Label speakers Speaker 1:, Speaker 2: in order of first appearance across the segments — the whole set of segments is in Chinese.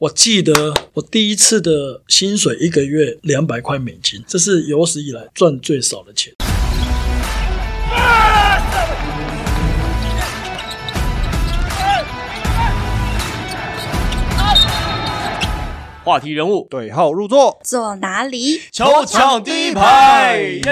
Speaker 1: 我记得我第一次的薪水一个月两百块美金，这是有史以来赚最少的钱。
Speaker 2: 话题人物
Speaker 3: 对号入座，
Speaker 4: 坐哪里？
Speaker 2: 球场第一排，耶！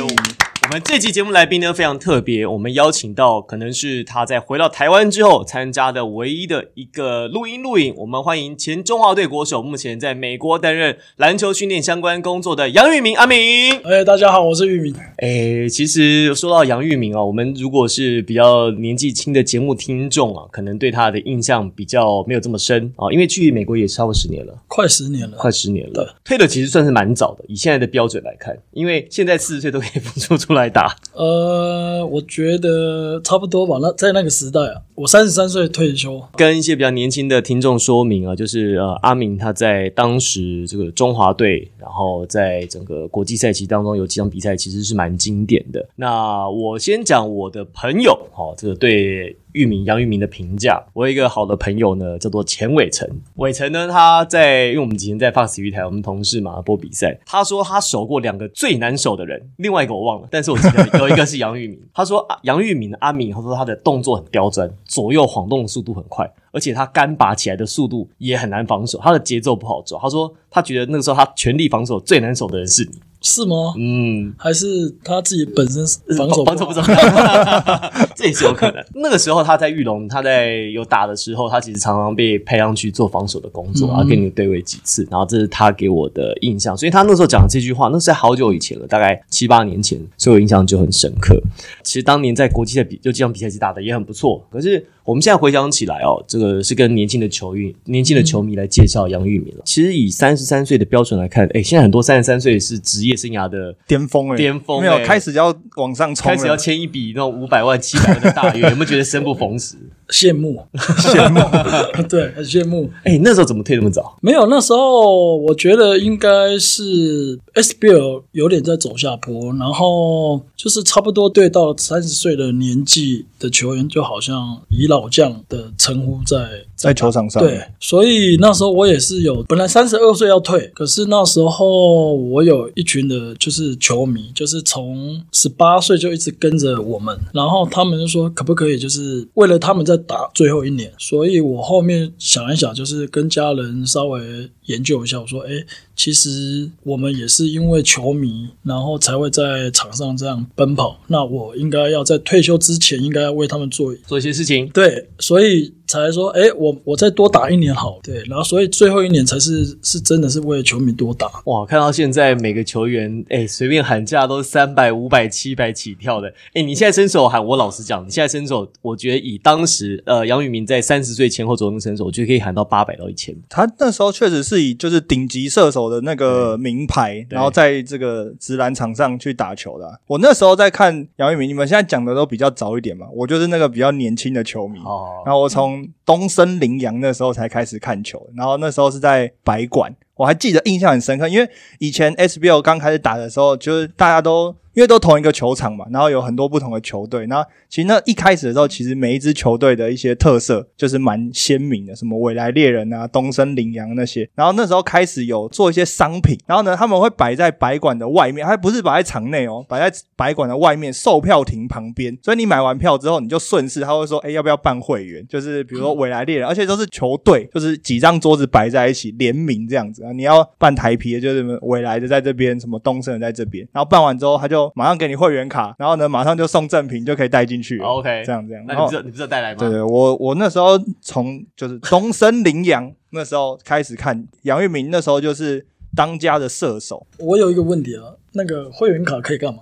Speaker 2: 我们这期节目来宾呢非常特别，我们邀请到可能是他在回到台湾之后参加的唯一的一个录音录影。我们欢迎前中华队国手，目前在美国担任篮球训练相关工作的杨玉明阿明。
Speaker 1: 哎、大家好，我是玉明。
Speaker 2: 诶，其实说到杨玉明啊，我们如果是比较年纪轻的节目听众啊，可能对他的印象比较没有这么深啊，因为距离美国也差不多十年了。
Speaker 1: 快十年了，
Speaker 2: 快十年了，退的其实算是蛮早的，以现在的标准来看，因为现在四十岁都可以 分出出来打。
Speaker 1: 呃，我觉得差不多吧。那在那个时代啊，我三十三岁退休，
Speaker 2: 跟一些比较年轻的听众说明啊，就是呃，阿明他在当时这个中华队，然后在整个国际赛期当中有几场比赛其实是蛮经典的。那我先讲我的朋友，好、这个对。玉明杨玉明的评价，我有一个好的朋友呢，叫做钱伟成。伟成呢，他在因为我们之前在 Fox 体育台，我们同事嘛播比赛，他说他守过两个最难守的人，另外一个我忘了，但是我记得有一个是杨玉明。他说啊杨玉明阿明，他说他的动作很刁钻，左右晃动的速度很快，而且他干拔起来的速度也很难防守，他的节奏不好抓。他说他觉得那个时候他全力防守最难守的人是你。
Speaker 1: 是吗？
Speaker 2: 嗯，
Speaker 1: 还是他自己本身防守
Speaker 2: 防守
Speaker 1: 好
Speaker 2: 不怎么样， 这也是有 可能。那个时候他在玉龙，他在有打的时候，他其实常常被派上去做防守的工作，
Speaker 1: 嗯
Speaker 2: 然后跟你对位几次，然后这是他给我的印象。所以他那时候讲的这句话，那是在好久以前了，大概七八年前，所以我印象就很深刻。其实当年在国际赛比就这场比赛其实打的也很不错，可是我们现在回想起来哦，这个是跟年轻的球运年轻的球迷来介绍杨玉明了。其实以三十三岁的标准来看，哎，现在很多三十三岁是职业生涯的
Speaker 3: 巅峰哎，
Speaker 2: 巅峰欸
Speaker 3: 没有开始就要往上冲
Speaker 2: 开
Speaker 3: 了，
Speaker 2: 始要签一笔那种五百万、七百万的大 约，有没有觉得生不逢时？
Speaker 1: 羡慕，
Speaker 3: 羡慕。
Speaker 1: 对，很羡慕。
Speaker 2: 哎、那时候怎么退那么早？
Speaker 1: 没有，那时候我觉得应该是 SBL 有点在走下坡，然后就是差不多对到三十岁的年纪的球员，就好像以老将的称呼在
Speaker 3: 在球场上，
Speaker 1: 对，，所以那时候我也是有，本来三十二岁要退，可是那时候我有一群的，就是球迷，就是从十八岁就一直跟着我们，然后他们就说可不可以，就是为了他们在打最后一年，所以我后面想一想，就是跟家人稍微研究一下，我说，哎，其实我们也是因为球迷，然后才会在场上这样奔跑，那我应该要在退休之前，应该要为他们做
Speaker 2: 做一些事情，
Speaker 1: 对，所以才说，哎、我我再多打一年好。对，然后所以最后一年才是是真的是为了球迷多打。
Speaker 2: 哇！看到现在每个球员，哎、随便喊价都是三百、五百、七百起跳的。哎、你现在伸手喊，我老实讲，你现在伸手，我觉得以当时呃杨宇明在三十岁前后左右伸手，我觉得可以喊到八百到一千。
Speaker 3: 他那时候确实是以就是顶级射手的那个名牌，然后在这个直篮场上去打球的啊、我那时候在看杨玉明，你们现在讲的都比较早一点嘛，我就是那个比较年轻的球迷。
Speaker 2: 哦，
Speaker 3: 然后我从东森羚羊那时候才开始看球，然后那时候是在白馆，我还记得印象很深刻，因为以前 SBL 刚开始打的时候，就是大家都因为都同一个球场嘛，然后有很多不同的球队，那其实那一开始的时候，其实每一支球队的一些特色就是蛮鲜明的，什么未来猎人啊、东森羚羊那些，然后那时候开始有做一些商品，然后呢他们会摆在白馆的外面，还不是摆在场内哦，摆在白馆的外面售票亭旁边，所以你买完票之后，你就顺势他会说，哎，要不要办会员？就是比如说未来猎人，而且都是球队，就是几张桌子摆在一起联名这样子啊，你要办台啤的，就是未来的在这边，什么东森的在这边，然后办完之后他就马上给你会员卡，然后呢马上就送赠品就可以带进去了。
Speaker 2: 哦 OK
Speaker 3: 这样这样，
Speaker 2: 那
Speaker 3: 然
Speaker 2: 你
Speaker 3: 后
Speaker 2: 不。是你不是有带来吗？
Speaker 3: 对对，我我那时候从就是东森羚羊那时候开始看杨玉明，那时候就是当家的射手
Speaker 1: 我有一个问题啊，那个会员卡可以干嘛？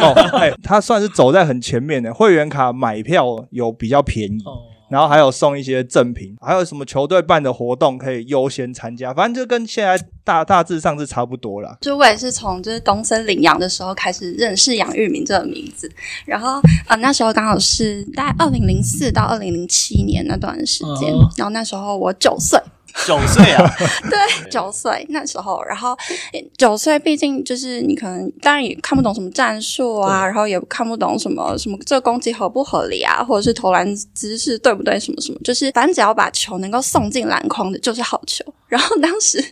Speaker 3: 哦，哎，他算是走在很前面的。会员卡买票有比较便宜，
Speaker 1: 哦，
Speaker 3: 然后还有送一些赠品，还有什么球队办的活动可以优先参加，反正就跟现在大大致上是差不多啦。
Speaker 4: 就我也是从就是东森领养的时候开始认识杨玉明这个名字，然后呃那时候刚好是大概二零零四到二零零七年那段时间，
Speaker 1: 嗯
Speaker 4: 然后那时候我九岁，
Speaker 2: 九岁啊，
Speaker 4: 对，九岁那时候，然后诶九岁，毕竟就是你可能当然也看不懂什么战术啊，然后也看不懂什么什么这个攻击合不合理啊，或者是投篮姿势对不对，什么什么，就是反正只要把球能够送进篮筐的，就是好球。然后当时
Speaker 2: 哦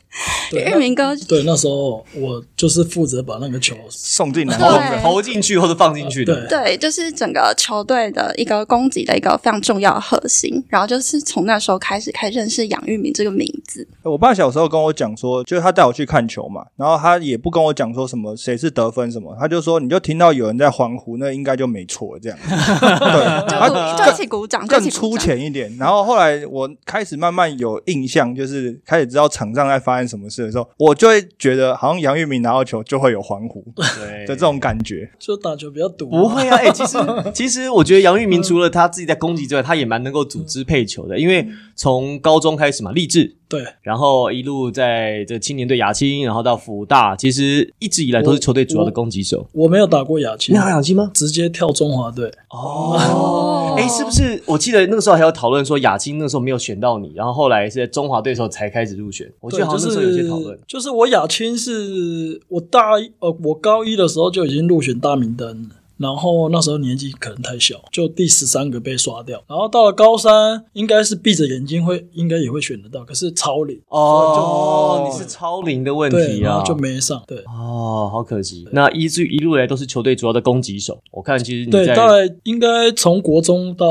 Speaker 1: 对
Speaker 4: 玉明哥
Speaker 1: 对，那时候我就是负责把那个球
Speaker 3: 送进篮
Speaker 4: 对
Speaker 2: 投
Speaker 3: 筐的，
Speaker 2: 投进去或者放进去的，
Speaker 1: 对
Speaker 4: 对，就是整个球队的一个攻击的一个非常重要的核心。然后就是从那时候开始，开始认识杨玉明这个名字。
Speaker 3: 我爸小时候跟我讲说，就是他带我去看球嘛，然后他也不跟我讲说什么谁是得分什么，他就说你就听到有人在欢呼，那应该就没错 这样。对，
Speaker 4: 就
Speaker 3: 他
Speaker 4: 就一起鼓掌，就一
Speaker 3: 啊更
Speaker 4: 起鼓
Speaker 3: 粗
Speaker 4: 掌。
Speaker 3: 浅一点。然后后来我开始慢慢有印象，就是开始知道场上在发生什么事的时候，我就会觉得好像杨玉明拿到球就会有欢呼的
Speaker 2: 对
Speaker 3: 这种感觉。
Speaker 1: 就打球比较赌、
Speaker 2: 不会啊，哎、 其实其实我觉得杨玉
Speaker 1: 嗯
Speaker 2: 明除了他自己在攻击之外，他也蛮能够组织配球的，因为
Speaker 1: 嗯
Speaker 2: 从高中开始嘛，励志，
Speaker 1: 对，
Speaker 2: 然后一路在这青年队亚青，然后到福大，其实一直以来都是球队主要的攻击手。
Speaker 1: 我没有打过亚青
Speaker 2: 你，有亚青吗？
Speaker 1: 直接跳中华队。
Speaker 2: 哦，哎、是不是？我记得那个时候还有讨论说亚青那个时候没有选到你，然后后来是在中华队的时候才开始入选。我记
Speaker 1: 对，
Speaker 2: 得好
Speaker 1: 就
Speaker 2: 像那时候有些讨
Speaker 1: 是
Speaker 2: 论。
Speaker 1: 就是我亚青是我大一呃，我高一的时候就已经入选大名单了。然后那时候年纪可能太小，就第十三个被刷掉。然后到了高三，应该是闭着眼睛会，应该也会选得到，可是超龄，
Speaker 2: 哦，你是超龄的问
Speaker 1: 对，
Speaker 2: 题
Speaker 1: 然
Speaker 2: 啊
Speaker 1: 后，就没上。对
Speaker 2: 哦，好可惜。那一直一路来都是球队主要的攻击手。我看其实你
Speaker 1: 对，
Speaker 2: 在
Speaker 1: 大概应该从国中到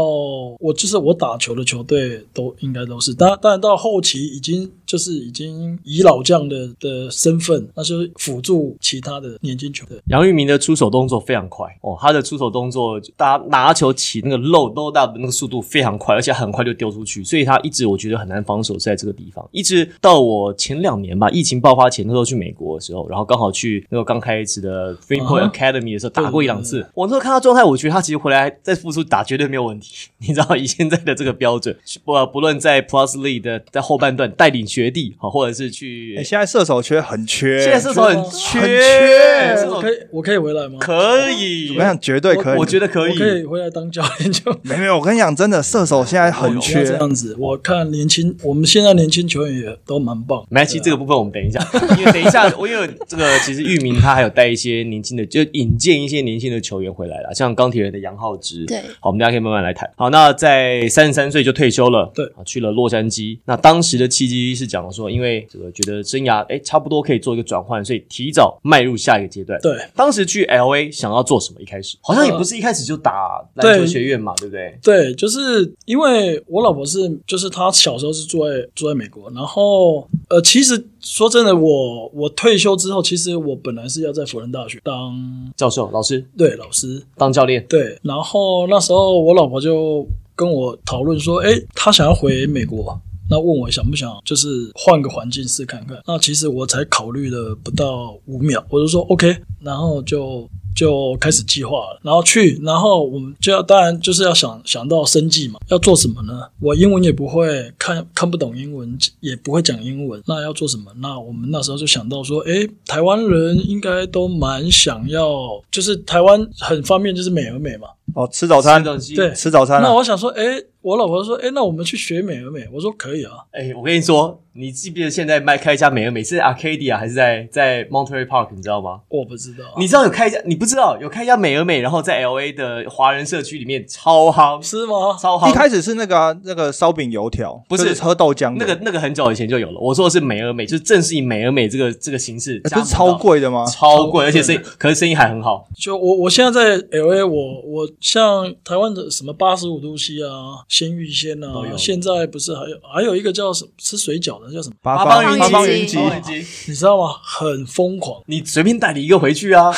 Speaker 1: 我就是我打球的球队都应该都是，当当然到后期已经就是已经以老将的的身份，那就是辅助其他的年轻球队。
Speaker 2: 杨玉明的出手动作非常快哦，他的出手动作，大家拿球起那个漏漏大的那个速度非常快，而且很快就丢出去，所以他一直我觉得很难防守在这个地方。一直到我前两年吧，疫情爆发前那时候去美国的时候，然后刚好去那个刚开始的 f r e e p o
Speaker 1: 嗯
Speaker 2: i n
Speaker 1: 哼
Speaker 2: Academy 的时候打过一两
Speaker 1: 对
Speaker 2: 次，我那时候看他状态，我觉得他其实回来再复出打绝对没有问题。 你知道以现在的这个标准，不不论在 Plus League 的在后半段带领学弟，好或者是去
Speaker 3: 哎，，现在射手缺很缺，
Speaker 2: 现在射手很缺，
Speaker 3: 很缺
Speaker 2: 射手
Speaker 1: 我可以我可以回来吗？
Speaker 2: 可以，
Speaker 3: 我想绝对可以。
Speaker 2: 我觉得可
Speaker 1: 我
Speaker 2: 以。
Speaker 1: 可以回来当教练就。
Speaker 3: 没有没有，我跟你讲，真的射手现在
Speaker 2: 哦
Speaker 3: 很
Speaker 1: 不要这
Speaker 3: 缺。
Speaker 1: 样子，我看年轻，我们现在年轻球员也都蛮棒。
Speaker 2: 没关系，这个部分我们等一下， 因为等一下，我因为这个其实域名他还有带一些年轻的，就引荐一些年轻的球员回来了，像钢铁人的杨浩之，
Speaker 4: 对
Speaker 2: 好，我们大家可以慢慢来谈。好，那在三十三岁就退休了，
Speaker 1: 对
Speaker 2: 啊，去了洛杉矶。那当时的契机是讲说，因为这个觉得生涯哎差不多可以做一个转换，所以提早迈入下一个阶段。，
Speaker 1: 对
Speaker 2: 当时去 L A 想要做什么？一开始好像也不是一开始就打篮球
Speaker 1: 对
Speaker 2: 学院嘛，对不对？
Speaker 1: 对，就是因为我老婆是，就是她小时候是住在住在美国，然后呃，其实说真的，我我退休之后，其实我本来是要在辅仁大学当
Speaker 2: 教授、老师、
Speaker 1: 对老师，
Speaker 2: 当教练，
Speaker 1: 对，然后那时候我老婆就跟我讨论说，诶，她想要回美国，那问我想不想就是换个环境试看看。那其实我才考虑了不到五秒，我就说 OK，然后就。就开始计划了，然后去，然后我们就要当然就是要想想到生计嘛，要做什么呢？我英文也不会，看看不懂英文，也不会讲英文，那要做什么？那我们那时候就想到说，诶，台湾人应该都蛮想要，就是台湾很方便，就是美而美嘛，
Speaker 3: 哦，吃早餐，
Speaker 1: 对
Speaker 3: 吃早餐啊
Speaker 1: 那
Speaker 3: 了。
Speaker 1: 我想说，哎、我老婆说，哎、那我们去学美而美。我说可以啊，
Speaker 2: 哎、我跟你说，你记不记得现在卖开一家美而美是在 Arcadia 还是在在 Monterey Park？你知道吗？
Speaker 1: 我不知道啊、
Speaker 2: 你知道有开一家，你不知道有开一家美而美，然后在 L A 的华人社区里面超夯，
Speaker 1: 是吗？
Speaker 2: 超夯。
Speaker 3: 一开始是那个啊、那个烧饼油条，
Speaker 2: 不是
Speaker 3: 就喝豆浆
Speaker 2: 那
Speaker 3: 的
Speaker 2: 个那个很早以前就有了，我说的是美而美，就是正是以美而美这个这个形式，
Speaker 3: 哎不是超、贵的吗？
Speaker 2: 超贵，而且生意可是生意还很好。
Speaker 1: 就我我现在在 L A，我我像台湾的什么八十五度 C 啊，鲜芋仙
Speaker 2: 都有
Speaker 1: 啊，现在不是还有还有一个叫什么吃水饺的叫什么？
Speaker 3: 八
Speaker 2: 方哦
Speaker 3: 方
Speaker 4: 云集
Speaker 3: 八方云
Speaker 4: 集
Speaker 3: 集，
Speaker 2: 八方云集
Speaker 1: 你知道吗？很疯狂。
Speaker 2: 你随便带你一个回去啊！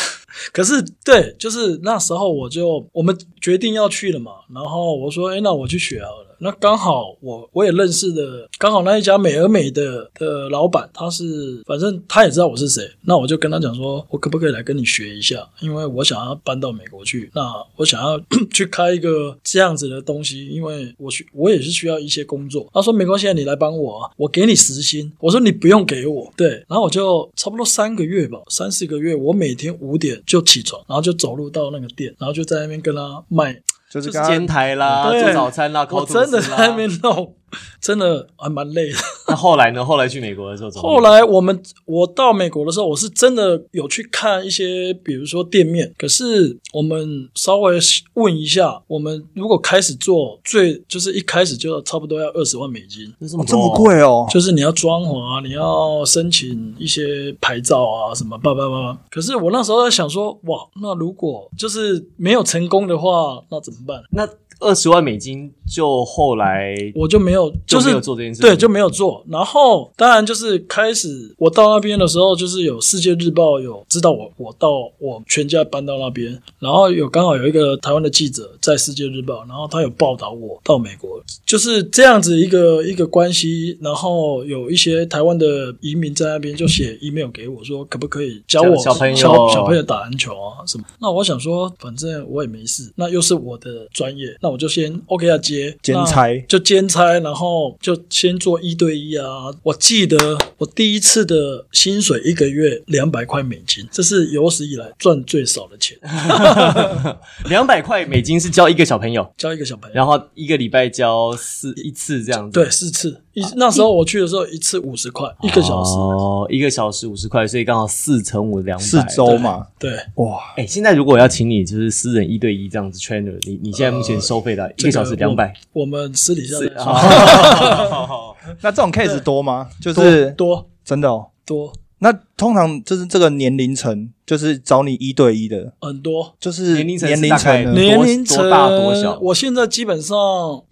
Speaker 1: 可是对，就是那时候我就我们决定要去了嘛，然后我说，哎、那我去学好了。那刚好我我也认识的，刚好那一家美而美的的老板，他是反正他也知道我是谁，那我就跟他讲说，我可不可以来跟你学一下，因为我想要搬到美国去，那我想要 去开一个这样子的东西，因为我需我也是需要一些工作。他说没关系，啊，你来帮我啊，我给你时薪。我说你不用给我，对，然后我就差不多三个月吧，三四个月，我每天五点就起床，然后就走路到那个店，然后就在那边跟他卖，
Speaker 3: 就是
Speaker 2: 就是
Speaker 3: 刚刚
Speaker 2: 煎台啦，
Speaker 1: 对
Speaker 2: 做早餐啦，烤
Speaker 1: 我
Speaker 2: 吐司啦
Speaker 1: 真的在那边弄。真的还蛮累的。
Speaker 2: 那后来呢？后来去美国的时候怎么样？
Speaker 1: 后来我们我到美国的时候，我是真的有去看一些，比如说店面。可是我们稍微问一下，我们如果开始做，最就是一开始就要差不多要二十万美金，
Speaker 2: 那这
Speaker 3: 哦
Speaker 2: 么
Speaker 3: 这
Speaker 2: 多
Speaker 3: 么？贵哦，
Speaker 1: 就是你要装潢啊，你要申请一些牌照啊，什么叭叭叭叭。可是我那时候在想说，哇，那如果就是没有成功的话，那怎么办？
Speaker 2: 那二十万美金就后来
Speaker 1: 我就没有，就
Speaker 2: 就
Speaker 1: 是
Speaker 2: 没有做这件事情
Speaker 1: 对，就没有做。然后当然就是开始我到那边的时候，就是有《世界日报》有知道我我到我全家搬到那边，然后有刚好有一个台湾的记者在《世界日报》，然后他有报道我到美国，就是这样子一个一个关系。然后有一些台湾的移民在那边就写 email 给我说，可不可以教我
Speaker 2: 教小朋友
Speaker 1: 小小朋友打篮球啊什么？那我想说，反正我也没事，那又是我的专业，那我就先 OK 要接
Speaker 3: 兼
Speaker 1: 那
Speaker 3: 差
Speaker 1: 就兼差，然后就先做一对一啊。我记得我第一次的薪水一个月两百块美金，这是有史以来赚最少的 钱，
Speaker 2: 两百块美金是教一个小朋友，
Speaker 1: 教一个小朋友。
Speaker 2: 然后一个礼拜教四一次这样子。
Speaker 1: 对，四次，一那时候我去的时候，一次五十块，一个小时。
Speaker 2: 哦，一个小时五十块，所以刚好四乘五两百。
Speaker 3: 四周嘛，
Speaker 1: 对，
Speaker 3: 哇，
Speaker 2: 哎，现在如果要请你就是私人一对一这样子 trainer，你你现在目前收费的一
Speaker 1: 这
Speaker 2: 个小时两百，
Speaker 1: 我们私底下再
Speaker 2: 是哦
Speaker 1: 说
Speaker 2: 好
Speaker 3: 啊
Speaker 2: 好 好
Speaker 3: 那这种 case 多吗？就是
Speaker 1: 多
Speaker 3: 真的哦。
Speaker 1: 多
Speaker 3: 那通常就是这个年龄层，就是找你一对一的，
Speaker 1: 很多。
Speaker 3: 就是
Speaker 2: 年龄层是
Speaker 3: 年龄
Speaker 2: 大概
Speaker 3: 层呢
Speaker 2: 多
Speaker 1: 年龄层
Speaker 2: 多大多小
Speaker 1: 我现在基本上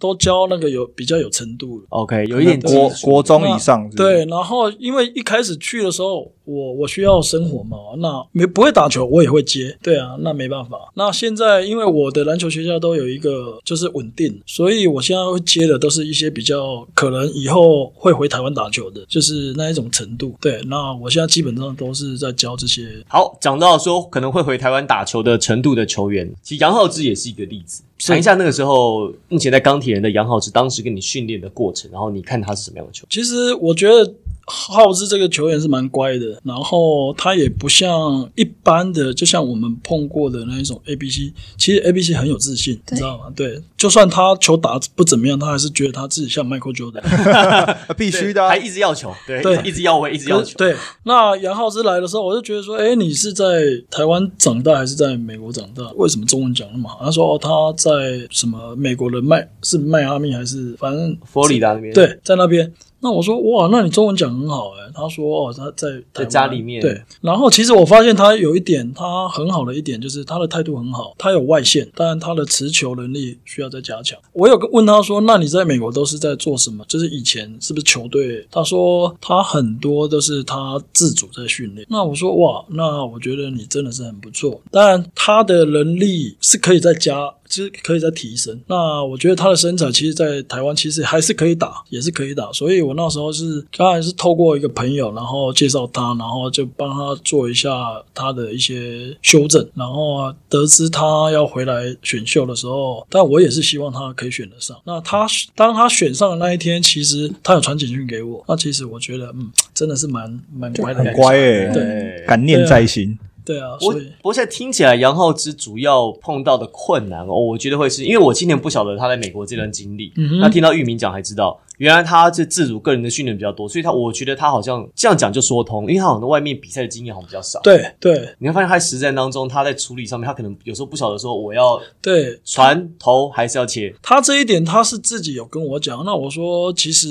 Speaker 1: 都教那个有比较有程度了。
Speaker 2: OK，有一点
Speaker 3: 国
Speaker 2: 基础
Speaker 3: 国中以上
Speaker 2: 嗯
Speaker 3: 是不是
Speaker 1: 对，，然后因为一开始去的时候，我我需要生活嘛，那没不会打球，我也会接，对啊，那没办法。那现在因为我的篮球学校都有一个就是稳定，所以我现在会接的都是一些比较可能以后会回台湾打球的，就是那一种程度。对，那我现在基本上都是在教这些。
Speaker 2: 好，讲到说可能会回台湾打球的程度的球员，其实杨浩之也是一个例子。
Speaker 1: 是
Speaker 2: 谈一下那个时候，目前在钢铁人的杨浩之当时跟你训练的过程，然后你看他是什么样的球员？
Speaker 1: 其实我觉得。浩之这个球员是蛮乖的，然后他也不像一般的，就像我们碰过的那一种 A B C。其实 A B C 很有自信，你知道吗？对，就算他球打不怎么样，他还是觉得他自己像 Michael Jordan。
Speaker 3: 呃必须的啊
Speaker 2: 还，一直要球，对，
Speaker 1: 对
Speaker 2: 一直要位，一直要球。
Speaker 1: 对，那杨浩之来的时候，我就觉得说，哎，你是在台湾长大还是在美国长大？为什么中文讲那么好？他说、哦、他在什么美国的迈是迈阿密还是反正
Speaker 2: 佛罗里达那边，，
Speaker 1: 对，在那边。那我说哇，那你中文讲很好哎、他说哦，他在台
Speaker 2: 在
Speaker 1: 湾
Speaker 2: 家里面
Speaker 1: 对。然后其实我发现他有一点，他很好的一点就是他的态度很好，他有外线，当然他的持球能力需要再加强。我有问他说，那你在美国都是在做什么？就是以前是不是球队？他说他很多都是他自主在训练。那我说哇，那我觉得你真的是很不错。当然他的能力是可以再加其实可以再提升。那我觉得他的身材，其实，在台湾其实还是可以打，也是可以打。所以我那时候是当然是透过一个朋友，然后介绍他，然后就帮他做一下他的一些修正，然后得知他要回来选秀的时候，但我也是希望他可以选得上。那他当他选上的那一天，其实他有传简讯给我，那其实我觉得，嗯，真的是蛮蛮乖的
Speaker 3: 很
Speaker 1: 感觉，
Speaker 3: 乖诶，
Speaker 2: 对
Speaker 3: 感念在心。
Speaker 1: 对啊，
Speaker 2: 我
Speaker 1: 所以
Speaker 2: 我现在听起来，杨浩之主要碰到的困难哦，我觉得会是因为我今年不晓得他在美国这段经历，
Speaker 1: 嗯哼
Speaker 2: 那听到玉明讲才知道，原来他这自主个人的训练比较多，所以他我觉得他好像这样讲就说通，因为他好像在外面比赛的经验好像比较少。
Speaker 1: 对对
Speaker 2: 你会发现他在实战当中，他在处理上面，他可能有时候不晓得说我要
Speaker 1: 对，
Speaker 2: 传投还是要切，
Speaker 1: 他这一点他是自己有跟我讲，那我说其实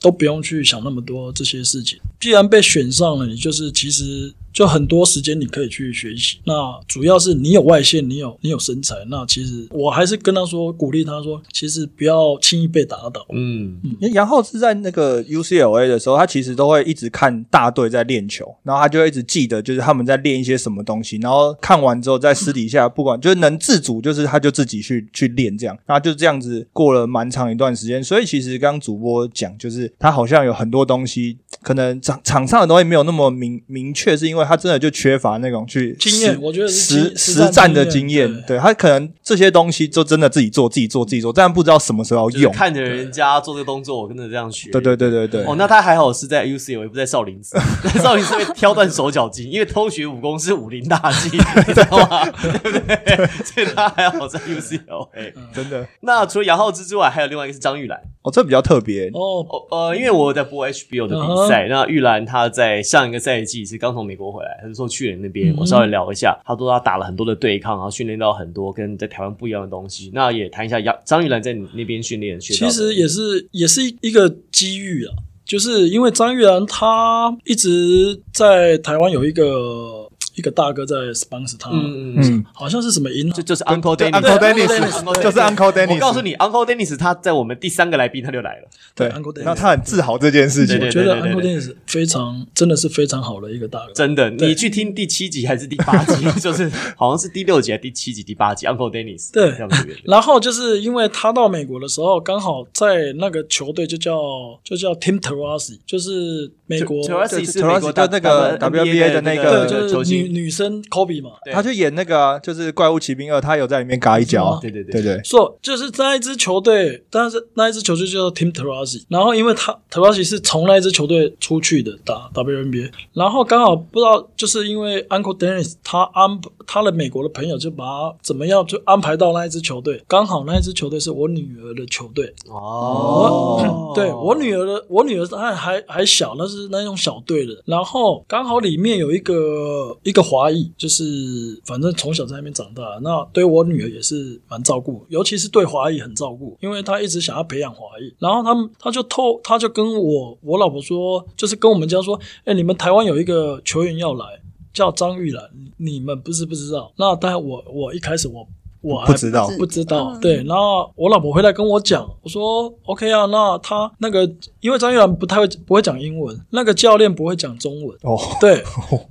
Speaker 1: 都不用去想那么多这些事情。既然被选上了，你就是其实就很多时间你可以去学习。那主要是你有外线，你有你有身材。那其实我还是跟他说，鼓励他说，其实不要轻易被打倒。
Speaker 2: 嗯，
Speaker 3: 因为杨浩是在那个 UCLA 的时候，他其实都会一直看大队在练球，然后他就会一直记得就是他们在练一些什么东西，然后看完之后在私底 下不管就是能自主，就是他就自己去去练这样，然后就这样子过了蛮长一段时间。所以其实刚刚主播讲，就是他好像有很多东西可能场场上的东西没有那么明明确，是因为他真的就缺乏那种去
Speaker 1: 经验
Speaker 3: 实
Speaker 1: 我觉得是
Speaker 3: 实
Speaker 1: 经
Speaker 3: 实
Speaker 1: 实战
Speaker 3: 的
Speaker 1: 经
Speaker 3: 经
Speaker 1: 验
Speaker 3: 验。对他可能这些东西就真的自己做、自己做、自己做，但不知道什么时候要
Speaker 2: 就是
Speaker 3: 用。
Speaker 2: 看着人家做这个动作，我跟着这样学。
Speaker 3: 对对对对对，
Speaker 2: 哦，那他还好是在 UCL，也不在少林寺。少林寺会挑断手脚筋，因为偷学武功是武林大忌，你知道吗？对不对？所以他还好在 UCL。
Speaker 3: 真的
Speaker 2: 那除了杨浩之之外，还有另外一个是张玉兰。
Speaker 3: 哦，这比较特别。
Speaker 1: 哦，
Speaker 2: 哦，呃，因为我有在播 HBO 的比赛
Speaker 1: 嗯
Speaker 2: 那玉兰她在上一个赛季是刚从美国回来，她就说去年那边
Speaker 1: 嗯，
Speaker 2: 我稍微聊一下，她说她打了很多的对抗，然后训练到很多跟在台湾不一样的东西。那也谈一下杨张玉兰在你那边训练学到
Speaker 1: 其
Speaker 2: 的。
Speaker 1: 实也是也是一个机遇啊，就是因为张玉兰她一直在台湾有一个一个大哥在 sponsor 她，
Speaker 2: 嗯，嗯嗯，
Speaker 3: 嗯，
Speaker 1: 好像是什么银
Speaker 2: 就就是 Uncle
Speaker 3: 对
Speaker 2: Dennis，
Speaker 3: Uncle
Speaker 1: Dennis，
Speaker 2: Dennis，
Speaker 3: 就是 Uncle Dennis
Speaker 2: 我告诉你，Uncle Dennis 他在我们第三个来宾他就来了，
Speaker 3: 对
Speaker 1: ，Uncle Dennis，
Speaker 3: 那他很自豪这件事情。
Speaker 2: 对
Speaker 1: 我觉得
Speaker 2: 对对
Speaker 1: Uncle
Speaker 2: 对
Speaker 1: Dennis 非常真的是非常好的一个大哥，
Speaker 2: 真的。
Speaker 1: 对
Speaker 2: 你去听第七集还是第八 集？就是好像是第六集还是第七集、第八集，Uncle Dennis
Speaker 1: 对
Speaker 2: 这样子的。
Speaker 1: 然后就是因为他到美国的时候，刚好在那个球队就叫就叫 Team Terasi，就是美国
Speaker 2: Terasi 是
Speaker 3: 就
Speaker 2: 美国
Speaker 3: Terasi 就那个 WBA 的那个
Speaker 1: 对，
Speaker 3: 呃
Speaker 1: 就
Speaker 2: 球
Speaker 1: 是女
Speaker 2: 星，
Speaker 1: 女生 Kobe 嘛。
Speaker 2: 对
Speaker 3: 他去演那个啊就是《怪物骑兵二》，他有在里面嘎一脚啊。
Speaker 2: 对对
Speaker 3: 对
Speaker 2: 对，
Speaker 3: 对，
Speaker 1: so 就是那一支球队，但是那一支球队叫做 Team Terasi，然后因为他 Terasi 是从那一支球队出去的打 WNBA，然后刚好不知道就是因为 Uncle Dennis 他安他的美国的朋友就把他怎么样就安排到那一支球队，刚好那一支球队是我女儿的球队，
Speaker 2: 哦
Speaker 1: 我 对我女儿的，我女儿她还还小，那是那种小队的。然后刚好里面有一个一个华裔，就是反正从小在那边长大，那对我女儿也是蛮照顾，尤其是对华裔很照顾，因为她一直想要培养华裔。然后他们他就透，他就跟我我老婆说，就是跟我们家说，哎，你们台湾有一个球员要来。叫张玉兰，你你们不是不知道？那当然我，我一开始我我还
Speaker 3: 不知道
Speaker 4: 不
Speaker 1: 不知道
Speaker 4: 嗯。
Speaker 1: 对，然后我老婆回来跟我讲，我说 OK 啊，那他那个因为张玉兰不太会不会讲英文，那个教练不会讲中文，
Speaker 3: 哦，
Speaker 1: 对，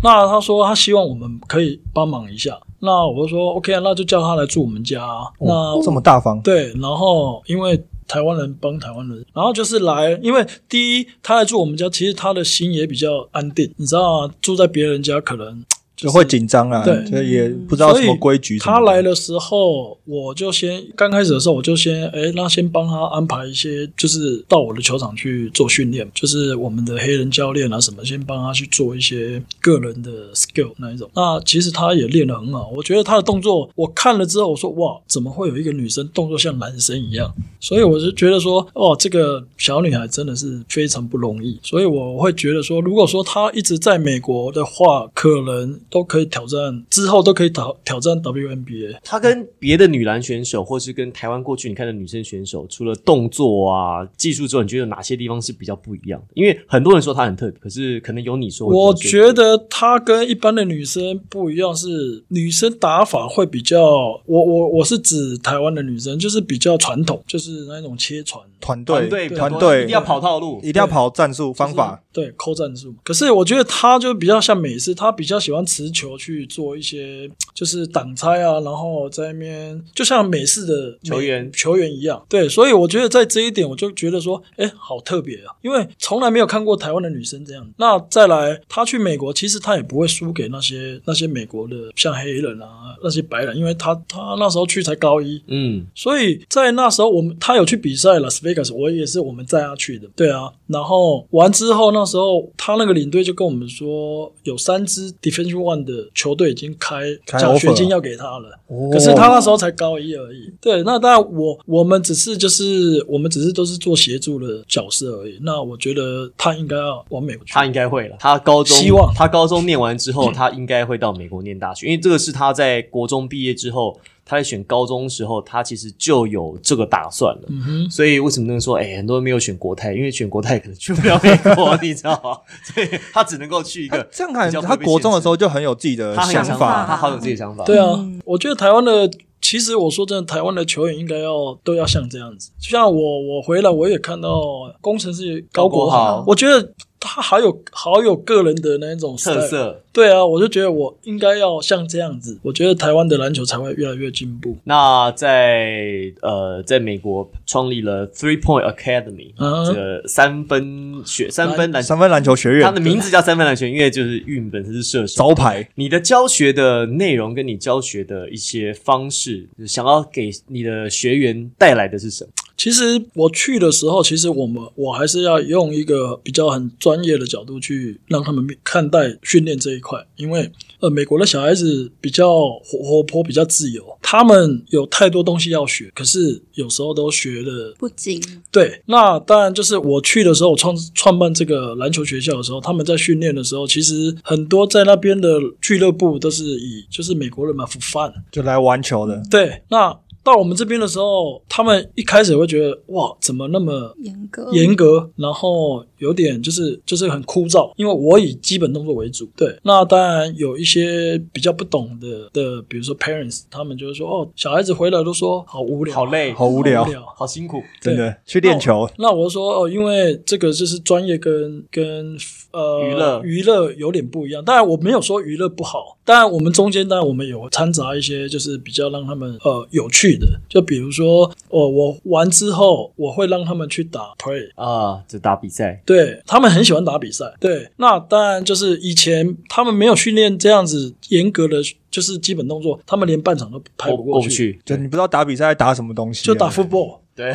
Speaker 1: 那他说他希望我们可以帮忙一下，那我就说 OK 啊，那就叫他来住我们家啊、那、
Speaker 3: 哦这么大方。
Speaker 1: 对，然后因为台湾人帮台湾人，然后就是来，因为第一他来住我们家，其实他的心也比较安定，你知道、啊，住在别人家可 能
Speaker 3: 就会紧张啊，
Speaker 1: 对
Speaker 3: 就也不知道什么规矩什么
Speaker 1: 他
Speaker 3: 的
Speaker 1: 来的时候，我就先刚开始的时候，我就先哎，那先帮他安排一些，就是到我的球场去做训练，就是我们的黑人教练啊什么，先帮他去做一些个人的 skill 那一种。那其实他也练得很好，我觉得他的动作，我看了之后，我说哇，怎么会有一个女生动作像男生一样？所以我是觉得说，哦，这个小女孩真的是非常不容易。所以我会觉得说，如果说她一直在美国的话，可能都可以挑战，之后都可以挑挑战 WNBA。
Speaker 2: 他跟别的女篮选手，或是跟台湾过去你看的女生选手，除了动作啊、技术之外，你觉得有哪些地方是比较不一样的？因为很多人说她很特别，可是可能有你说会比较
Speaker 1: 我
Speaker 2: 特别
Speaker 1: 觉得她跟一般的女生不一样，是女生打法会比较，我我我是指台湾的女生，就是比较传统，就是那种切传。
Speaker 3: 团
Speaker 2: 团队
Speaker 3: 队
Speaker 2: 比较
Speaker 3: 团
Speaker 2: 多
Speaker 3: 队
Speaker 2: 一定要跑套路，
Speaker 3: 一定要跑战术方法，
Speaker 1: 对，扣战术。可是我觉得他就比较像美式，他比较喜欢持球去做一些就是挡拆啊，然后在那边就像美式的美
Speaker 2: 球员
Speaker 1: 球员一样。对，所以我觉得在这一点，我就觉得说，哎，好特别啊，因为从来没有看过台湾的女生这样。那再来，她去美国，其实她也不会输给那些那些美国的像黑人啊那些白人，因为她她那时候去才高一，
Speaker 2: 嗯，
Speaker 1: 所以在那时候，我们他有去比赛了 s v e g a s 我也是我们带他去的，对啊。然后完之后，那时候他那个领队就跟我们说，有三支 Defensive One 的球队已经开
Speaker 3: 开
Speaker 1: 奖学
Speaker 3: offer
Speaker 1: 金
Speaker 3: 了
Speaker 1: 要给他了，
Speaker 3: 哦
Speaker 1: 可是他那时候才高一而已。对，那当然我我们只是就是我们只是都是做协助的角色而已。那我觉得他应该要往美国去，
Speaker 2: 他应该会了。他高中
Speaker 1: 希望
Speaker 2: 他高中念完之后，他应该会到美国念大学，因为这个是他在国中毕业之后，他在选高中时候，他其实就有这个打算了。
Speaker 1: 嗯哼，
Speaker 2: 所以为什么能说，哎、很多人没有选国泰，因为选国泰可能去不了美国，你知道吗？所以他只能够去一
Speaker 3: 他
Speaker 2: 个
Speaker 3: 这样看
Speaker 2: 比较不会
Speaker 3: 他
Speaker 2: 被
Speaker 3: 国中的
Speaker 2: 限制
Speaker 3: 时候就很有自己的
Speaker 2: 他很有想
Speaker 4: 法
Speaker 2: 他
Speaker 3: 法，
Speaker 2: 好有自己的想法。
Speaker 1: 对啊，我觉得台湾的，其实我说真的，台湾的球员应该要都要像这样子。就像我，我回来我也看到工程师高国
Speaker 2: 高国豪
Speaker 1: 豪，我觉得他好有好有个人的那种 style
Speaker 2: 特。色。
Speaker 1: 对啊，我就觉得我应该要像这样子，我觉得台湾的篮球才会越来越进步。
Speaker 2: 那在呃，在美国创立了 Three Point Academy，、
Speaker 1: 嗯
Speaker 2: 这个三分学三分篮球，
Speaker 3: 三分篮球学
Speaker 2: 它
Speaker 3: 院
Speaker 2: 的名字叫三分篮球，因为就是运本身是射手。
Speaker 3: 招牌，
Speaker 2: 你的教学的内容跟你教学的一些方式，想要给你的学员带来的是什么？
Speaker 1: 其实我去的时候，其实我们我还是要用一个比较很专业的角度去让他们看待训练这一块，因为呃，美国的小孩子比较活活泼，比较自由，他们有太多东西要学，可是有时候都学的
Speaker 4: 不精，
Speaker 1: 对，那当然就是我去的时候，我创创办这个篮球学校的时候，他们在训练的时候，其实很多在那边的俱乐部都是以就是美国人嘛，for fun。
Speaker 3: 就来玩球的，
Speaker 1: 对，那到我们这边的时候，他们一开始会觉得哇，怎么那么
Speaker 4: 严格，
Speaker 1: 严格，然后有点就是就是很枯燥，因为我以基本动作为主。对，那当然有一些比较不懂的的，比如说 parents，他们就是说哦，小孩子回来都说好无聊，
Speaker 2: 好累，
Speaker 3: 好无
Speaker 1: 好
Speaker 3: 聊
Speaker 1: 无，聊。
Speaker 2: 好辛苦。
Speaker 3: 真的去练球，
Speaker 1: 那我就说哦，因为这个就是专业跟跟呃
Speaker 2: 娱乐
Speaker 1: 娱乐有点不一样。当然我没有说娱乐不好，当然我们中间当然我们有掺杂一些就是比较让他们呃有趣的，就比如说哦我玩之后我会让他们去打 play。
Speaker 2: 啊，这打比赛，
Speaker 1: 对他们很喜欢打比赛，对，那当然就是以前他们没有训练这样子严格的，就是基本动作，他们连半场都拍
Speaker 2: 过
Speaker 1: 不过
Speaker 2: 过
Speaker 1: 去，
Speaker 2: 不去，
Speaker 3: 就你不知道打比赛打什么东西啊，
Speaker 1: 就打 football。
Speaker 2: 对，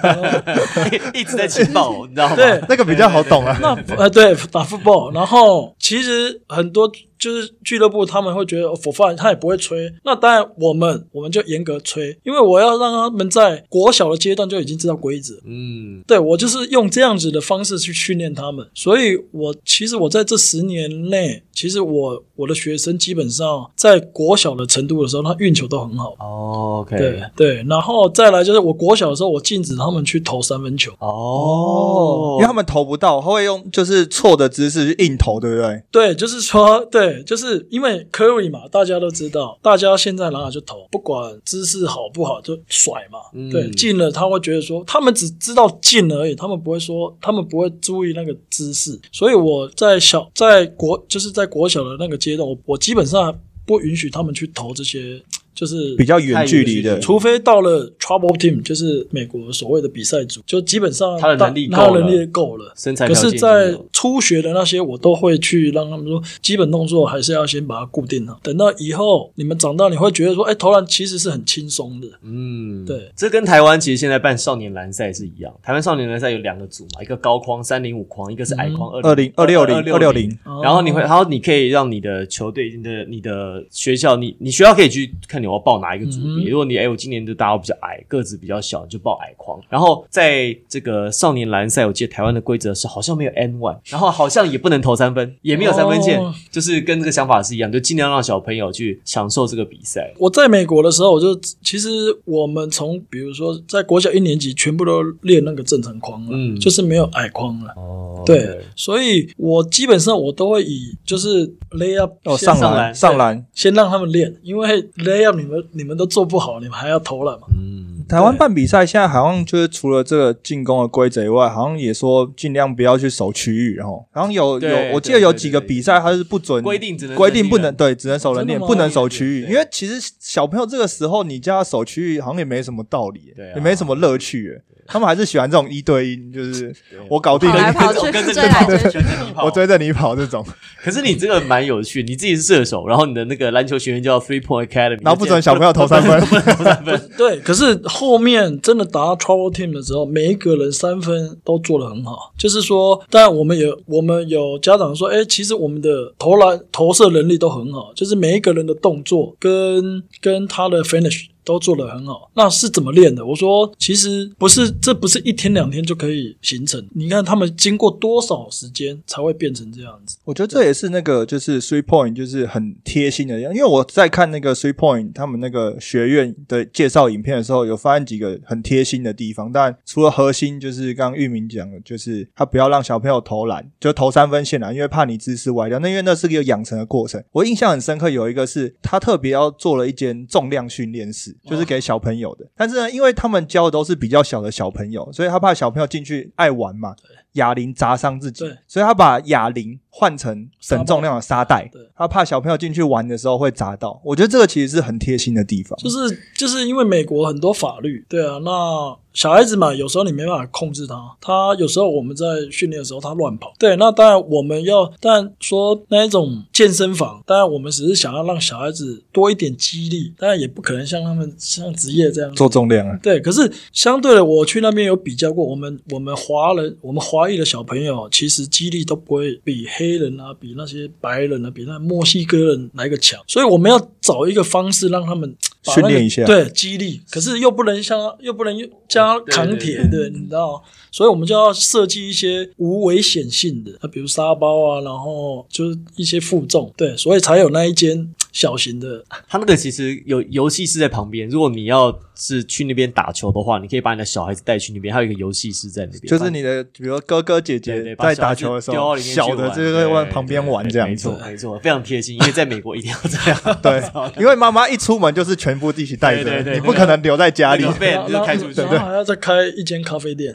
Speaker 2: 一直在情报，你知道吗？
Speaker 1: 对
Speaker 3: 那个比较好懂啊，
Speaker 1: 那呃，对，打 football，然后其实很多就是俱乐部他们会觉得哦 for fun，他也不会吹。那当然我们我们就严格吹，因为我要让他们在国小的阶段就已经知道规则。
Speaker 2: 嗯，
Speaker 1: 对我就是用这样子的方式去训练他们，所以我其实我在这十年内，其实我我的学生基本上在国小的程度的时候，他运球都很好。
Speaker 2: 哦，OK，
Speaker 1: 对对，然后再来就是我国小的时候，我禁止他们去投三分球。
Speaker 2: 哦，
Speaker 3: 因为他们投不到，他会用就是错的姿势去硬投，对不对？
Speaker 1: 对，就是说，对，就是因为 Curry 嘛，大家都知道，大家现在哪哪就投，不管姿势好不好就甩嘛。
Speaker 2: 嗯
Speaker 1: 对，进了他会觉得说，他们只知道进了而已，他们不会说，他们不会注意那个姿势。所以我在小在国就是在国小的那个阶段，我我基本上不允许他们去投这些，就是
Speaker 3: 比较远距离
Speaker 2: 太远
Speaker 3: 的
Speaker 2: 距，
Speaker 1: 除非到了 Trouble Team，就是美国所谓的比赛组，就基本上
Speaker 2: 他的
Speaker 1: 大
Speaker 2: 能力够
Speaker 1: 他的
Speaker 2: 了
Speaker 1: 能力够了。
Speaker 2: 身材
Speaker 1: 可
Speaker 2: 条件
Speaker 1: 是，
Speaker 2: 已经
Speaker 1: 在
Speaker 2: 有
Speaker 1: 初学的那些，我都会去让他们说，基本动作还是要先把它固定好。等到以后你们长大，你会觉得说，哎，投篮其实是很轻松的。
Speaker 2: 嗯，
Speaker 1: 对，
Speaker 2: 这跟台湾其实现在办少年篮赛是一样。台湾少年篮赛有两个组嘛，一个高框三零五框，一个是矮框
Speaker 3: 嗯二零二六零二六
Speaker 2: 零。
Speaker 3: 零，
Speaker 1: 哦
Speaker 2: 然后你会，然后你可以让你的球队、你的、你的学校，你你学校可以去看你要报哪一个组别。
Speaker 1: 嗯
Speaker 2: 如果你哎，我今年就大家比较矮，个子比较小，你就报矮框。然后在这个少年篮赛，我记得台湾的规则是好像没有 N one，然后好像也不能投三分，也没有三分线，
Speaker 1: 哦
Speaker 2: 就是跟这个想法是一样，就尽量让小朋友去享受这个比赛。
Speaker 1: 我在美国的时候，我就其实我们从比如说在国小一年级，全部都练那个正常框了，
Speaker 2: 嗯
Speaker 1: 就是没有矮框了。
Speaker 2: 哦
Speaker 1: 对，所以我基本上我都会以就是 lay up
Speaker 3: 哦，
Speaker 1: 先
Speaker 3: 上
Speaker 2: 上
Speaker 3: 篮
Speaker 2: 篮
Speaker 3: 上篮，
Speaker 1: 先让他们练，因为 lay up 你们你们都做不好，你们还要投篮嘛？
Speaker 2: 嗯，
Speaker 3: 台湾办比赛现在好像就是除了这个进攻的规则以外，好像也说尽量不要去守区域，然后然后有
Speaker 2: 对
Speaker 3: 有我记
Speaker 2: 对
Speaker 3: 得有
Speaker 2: 对
Speaker 3: 几
Speaker 2: 对
Speaker 3: 个
Speaker 2: 对
Speaker 3: 比赛它是不准
Speaker 2: 规定只能
Speaker 3: 规定不
Speaker 2: 人
Speaker 3: 能对，只能守人
Speaker 1: 真
Speaker 3: 脸，
Speaker 1: 的
Speaker 3: 不
Speaker 1: 吗
Speaker 3: 能守区域，
Speaker 2: 对
Speaker 3: 因为其实小朋友这个时候你叫他守区域，好像也没什么道理，
Speaker 2: 对啊
Speaker 3: 也没什么乐趣，他们还是喜欢这种一对一，就是我搞定
Speaker 4: 跑来
Speaker 3: 了，
Speaker 4: 跑去，
Speaker 2: 跟着你
Speaker 4: 追来追去，
Speaker 3: 我追着你跑这种，
Speaker 2: 可是你这个蛮有趣，你自己是射手，然后你的那个篮球学院叫 Three Point Academy，
Speaker 3: 然后不准小朋友投三分，
Speaker 1: 对，可是后面真的打到 Trouble Team 的时候，每一个人三分都做得很好。就是说，当然我们有我们有家长说，哎，其实我们的投篮投射能力都很好，就是每一个人的动作跟跟他的 finish。都做得很好，那是怎么练的？我说，其实不是，这不是一天两天就可以形成。你看他们经过多少时间才会变成这样子？
Speaker 3: 我觉得这也是那个就是 three point 就是很贴心的，因为我在看那个 three point 他们那个学院的介绍影片的时候，有发现几个很贴心的地方。但除了核心，就是刚刚玉明讲的，就是他不要让小朋友投篮，就投三分线啊篮，因为怕你姿势歪掉。那因为那是一个养成的过程。我印象很深刻，有一个是他特别要做了一间重量训练室，就是给小朋友的。但是呢，因为他们教的都是比较小的小朋友，所以他怕小朋友进去爱玩嘛，哑铃砸伤自己
Speaker 1: 对，
Speaker 3: 所以他把哑铃换成等重量的沙袋
Speaker 1: 对，
Speaker 3: 他怕小朋友进去玩的时候会砸到。我觉得这个其实是很贴心的地方，
Speaker 1: 就是就是因为美国很多法律，对啊，那小孩子嘛，有时候你没办法控制他，他有时候我们在训练的时候他乱跑，对，那当然我们要，但说那一种健身房，当然我们只是想要让小孩子多一点激励，当然也不可能像他们像职业这样
Speaker 3: 做重量啊，
Speaker 1: 对，可是相对的，我去那边有比较过，我们我们华人，我们华裔的小朋友，其实肌力都不会比黑人啊，比那些白人啊，比那墨西哥人来个强。所以我们要找一个方式让他们把那个
Speaker 3: 训练一下
Speaker 1: 对肌力。可是又不能像又不能又加
Speaker 2: 对对
Speaker 1: 扛铁，
Speaker 2: 对
Speaker 1: 对，你知道，所以我们就要设计一些无危险性的，啊，比如沙包啊，然后就是一些负重，对，所以才有那一间小型的
Speaker 2: 他那个其实有游戏室在旁边，如果你要是去那边打球的话，你可以把你的小孩子带去那边，还有一个游戏室在那边，
Speaker 3: 就是你的比如哥哥姐
Speaker 2: 对对
Speaker 3: 姐
Speaker 2: 把
Speaker 3: 在
Speaker 2: 小孩
Speaker 3: 打
Speaker 2: 子
Speaker 3: 球的时
Speaker 2: 丢到
Speaker 3: 候，
Speaker 2: 里面去
Speaker 3: 小的
Speaker 2: 玩
Speaker 3: 就会往
Speaker 2: 对
Speaker 3: 旁边玩这样
Speaker 2: 没
Speaker 3: 子
Speaker 2: 错，，没错，非常贴心，因为在美国一定要这样，
Speaker 3: 对，因为妈妈一出门就是全部一起带
Speaker 2: 对对
Speaker 3: 着，
Speaker 2: 对
Speaker 3: 你不可能留在家里
Speaker 2: 那。个被哎就是开出去，
Speaker 1: 然后还要再开一间咖啡店。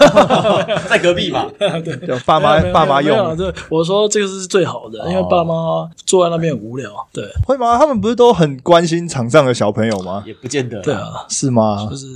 Speaker 2: 在隔壁吧，
Speaker 3: 就爸妈
Speaker 1: 没有没有
Speaker 3: 爸妈
Speaker 1: 没有没
Speaker 3: 用
Speaker 1: 有
Speaker 3: 哦
Speaker 1: 对，我说这个是最好的，因为爸妈坐在那边很无聊。对
Speaker 3: 会吗？他们不是都很关心场上的小朋友吗？
Speaker 2: 也不见得。
Speaker 1: 对，啊，
Speaker 3: 是吗
Speaker 1: 就？是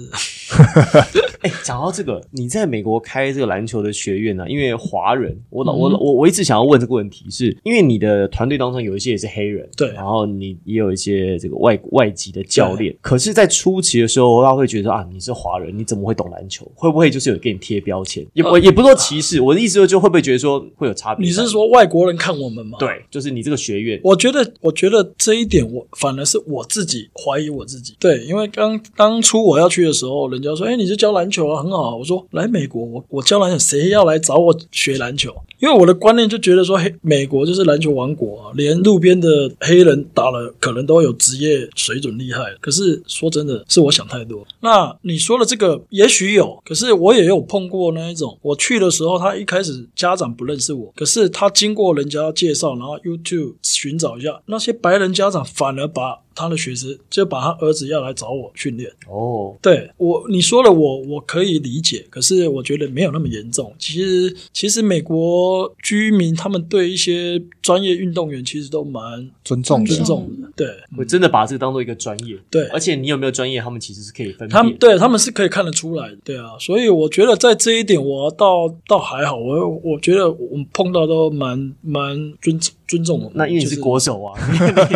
Speaker 2: 哎，讲到这个，你在美国开这个篮球的学院呢、因为华人，我
Speaker 1: 嗯
Speaker 2: 老我老我我一直想要问这个问题是，因为你的团队当中有一些也是黑人，
Speaker 1: 对
Speaker 2: 然后你也有一些这个外外籍的教练，可是，在初期的时候，他会觉得说啊，你是华人，你怎么会懂篮球？会不会就是有给你贴标签？也不也不是说歧视，我的意思说就会不会觉得说会有差
Speaker 1: 呃
Speaker 2: 别？
Speaker 1: 你是说外国人看我们吗？。
Speaker 2: 对，就是你这个学院
Speaker 1: 我觉得，我觉得这一点我，反而是我自己怀疑我自己。对，因为刚当初我要去的时候，人家说：“哎、你是教篮球啊，很好啊。”我说：“来美国，我我教篮球，谁要来找我学篮球？”因为我的观念就觉得说，嘿，美国就是篮球王国啊，连路边的黑人打了，可能都有职业水准厉害。可是说真的，是我想太多。那你说的这个，也许有，可是我也有碰过那一种，我去的时候，他一开始家长不认识我，可是他经过人家介绍，然后 YouTube 寻找一下，那些白人家长反而把他的学生，就把他儿子要来找我训练。
Speaker 2: 哦，
Speaker 1: 对我你说了我我可以理解，可是我觉得没有那么严重。其实其实美国居民他们对一些专业运动员其实都蛮
Speaker 3: 尊重
Speaker 1: 尊
Speaker 3: 的，
Speaker 1: 重的，对嗯
Speaker 2: 我真的把这个当做一个专业，
Speaker 1: 对。
Speaker 2: 而且你有没有专业，他们其实是可以分辨的。
Speaker 1: 他们对他们是可以看得出来的，对啊，所以我觉得在这一点我倒倒还好，我我觉得我们碰到都蛮蛮尊尊重我们。
Speaker 2: 那因为你是
Speaker 1: 就是
Speaker 2: 国手 啊，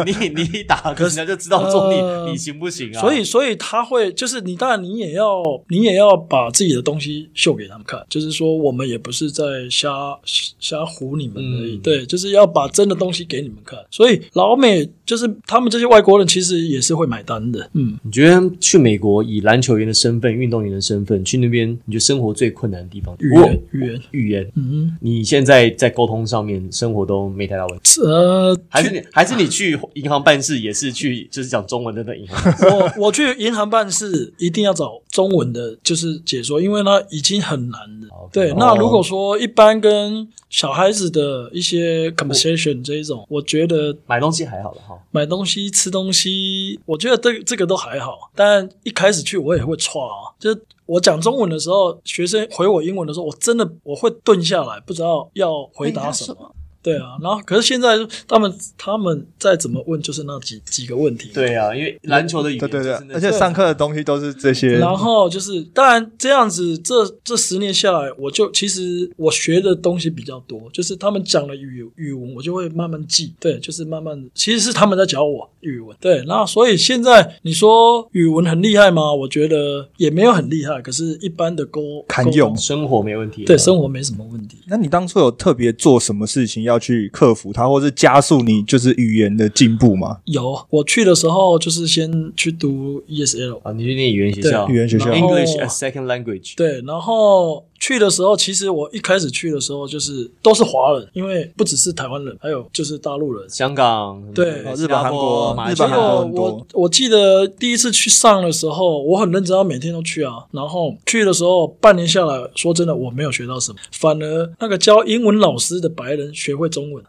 Speaker 2: 你你你你一打，可是人家就知道说你、
Speaker 1: 呃
Speaker 2: 你行不行啊？
Speaker 1: 所以，所以他会就是你，当然你也要，你也要把自己的东西秀给他们看，就是说我们也不是在瞎瞎唬你们而已，
Speaker 2: 嗯
Speaker 1: 对，就是要把真的东西给你们看。所以老美就是他们这些外国人其实也是会买单的，嗯，
Speaker 2: 你觉得去美国以篮球员的身份、运动员的身份去那边，你觉得生活最困难的地方？
Speaker 1: 语
Speaker 2: 我
Speaker 1: 言语言，
Speaker 2: 语言，
Speaker 1: 嗯，
Speaker 2: 你现在在沟通上面生活都没太大问题，
Speaker 1: 呃，
Speaker 2: 还是你还是你去银行办事也是去就是讲中文的那银行？
Speaker 1: 我我去银行办事一定要找中文的，就是解说，因为它已经很难了。
Speaker 2: OK
Speaker 1: 对，
Speaker 3: 哦
Speaker 1: 那如果说一般跟小孩子的一些 conversation 这一种，我觉得
Speaker 2: 买东西还好了哈，
Speaker 1: 买东西、吃东西，我觉得这这个都还好。但一开始去我也会错啊，就是我讲中文的时候，学生回我英文的时候，我真的我会顿下来，不知道要回答什么。
Speaker 4: 么？
Speaker 1: 对啊，然后可是现在他们他们再怎么问，就是那几几个问题。。
Speaker 2: 对啊，因为篮球的语言
Speaker 3: 对对
Speaker 2: 就
Speaker 3: 对
Speaker 2: 是，那
Speaker 3: 而且上课的东西都是这些，
Speaker 1: 然后就是，当然这样子，这这十年下来，我就其实我学的东西比较多，就是他们讲的语语文，我就会慢慢记。对，就是慢慢的，其实是他们在教我语文。对，那所以现在你说语文很厉害吗？我觉得也没有很厉害，可是一般的沟
Speaker 3: 堪
Speaker 1: 沟通
Speaker 3: 用
Speaker 2: 生活没问题了，啊
Speaker 1: 对生活没什么问题。
Speaker 3: 那你当初有特别做什么事情要去克服它，或是加速你就是语言的进步吗？
Speaker 1: 有，我去的时候就是先去读 ESL，
Speaker 2: 啊，你去念语言学校
Speaker 3: 语言学校哦
Speaker 1: 然后
Speaker 2: ，English as second language，
Speaker 1: 对，然后去的时候，其实我一开始去的时候就是都是华人，因为不只是台湾人，还有就是大陆人。
Speaker 2: 香港、
Speaker 1: 对
Speaker 2: 呃
Speaker 3: 哦
Speaker 2: 新
Speaker 3: 日本
Speaker 2: 加
Speaker 3: 韩国
Speaker 2: 马来
Speaker 3: 日
Speaker 2: 西亚
Speaker 3: 本
Speaker 1: 结
Speaker 3: 韩国
Speaker 1: 果
Speaker 3: 很多
Speaker 1: 我我记得第一次去上的时候，我很认真，要每天都去啊。然后去的时候，半年下来，说真的，我没有学到什么，反而那个教英文老师的白人学会中 文。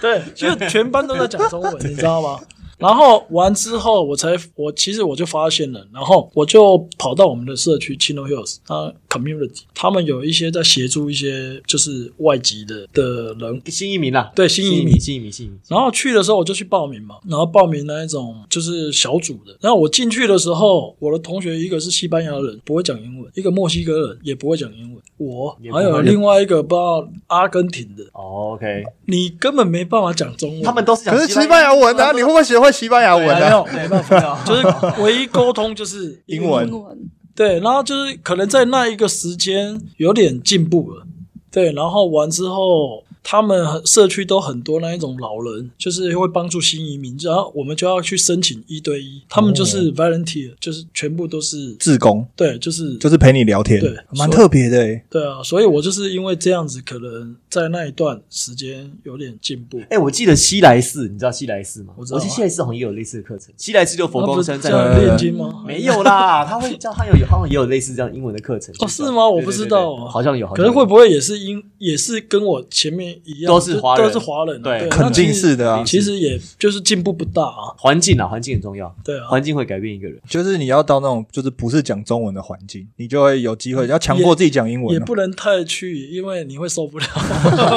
Speaker 1: 对，因为全班都在讲中文，你知道吗？然后完之后，我才我其实我就发现了，然后我就跑到我们的社区 Chino Hills 啊 Community，他们有一些在协助一些就是外籍的的人，
Speaker 2: 新移民啦，
Speaker 1: 对新移民
Speaker 2: 新移民，新移民。
Speaker 1: 然后去的时候我就去报名嘛，然后报名那一种就是小组的。然后我进去的时候，我的同学一个是西班牙人，不会讲英文；一个墨西哥人也不会讲英文。我
Speaker 2: 也不
Speaker 1: 还
Speaker 2: 会
Speaker 1: 有另外一个不知道阿根廷的，
Speaker 2: 哦 OK，
Speaker 1: 你根本没办法讲中文。
Speaker 2: 他们都是讲
Speaker 3: 可是西班牙文 啊，你会不会学会西班牙文
Speaker 1: 没
Speaker 3: 啊？
Speaker 1: 有没办 法，就是唯一沟通就是
Speaker 3: 英文
Speaker 4: 英文
Speaker 1: 对，然后就是可能在那一个时间有点进步了，对，然后完之后，他们很社区都很多那一种老人，就是会帮助新移民，然后我们就要去申请一对一，他们就是
Speaker 3: 哦
Speaker 1: volunteer，、就是全部都 是
Speaker 3: 志工
Speaker 1: 对，就是
Speaker 3: 就是陪你聊天，
Speaker 1: 对
Speaker 3: 蛮特别的欸。
Speaker 1: 对啊，所以我就是因为这样子，可能在那一段时间有点进步。
Speaker 2: 哎、我记得西来寺，你知道西来寺吗？
Speaker 1: 我知道啊
Speaker 2: 记得西来寺好像也有类似的课程。西来寺就佛
Speaker 1: 那不
Speaker 2: 光
Speaker 1: 是
Speaker 2: 山在
Speaker 1: 叫
Speaker 2: 那
Speaker 3: 里
Speaker 2: 边
Speaker 1: 炼金吗？
Speaker 2: 没有啦，他会叫他有好像也有类似这样英文的课程。
Speaker 1: 哦
Speaker 2: 就是
Speaker 1: 是吗我不
Speaker 2: 对对
Speaker 1: 知道
Speaker 2: 对对好像有，好
Speaker 1: 可
Speaker 2: 像
Speaker 1: 是
Speaker 2: 有
Speaker 1: 会不会也是因也是跟我前面一样，
Speaker 2: 都是华人
Speaker 1: 都是华人啊，
Speaker 2: 对
Speaker 1: 对，
Speaker 3: 肯定是的啊
Speaker 1: 那其实。其实也就是进步不大啊，
Speaker 2: 环境啊，环境很重要，
Speaker 1: 对啊，
Speaker 2: 环境会改变一个人。
Speaker 3: 就是你要到那种就是不是讲中文的环境，你就会有机会要强迫自己讲英
Speaker 1: 也
Speaker 3: 文啊。
Speaker 1: 不能太去，因为你会受不了。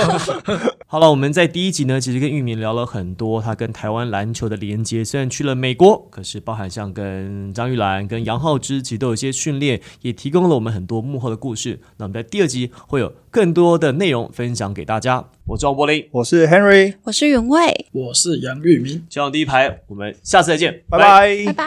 Speaker 2: 好了，我们在第一集呢，其实跟玉明聊了很多他跟台湾篮球的连接。虽然去了美国，可是包含像跟张玉兰、跟杨浩之，其实都有一些训练，也提供了我们很多幕后的故事。那我们在第二集会有更多的内容分享给大家。我是王柏林，
Speaker 3: 我是 Henry，
Speaker 4: 我是云蔚，
Speaker 1: 我是杨玉明。
Speaker 2: 前往第一排，我们下次再见，
Speaker 3: 拜拜。
Speaker 4: 拜拜。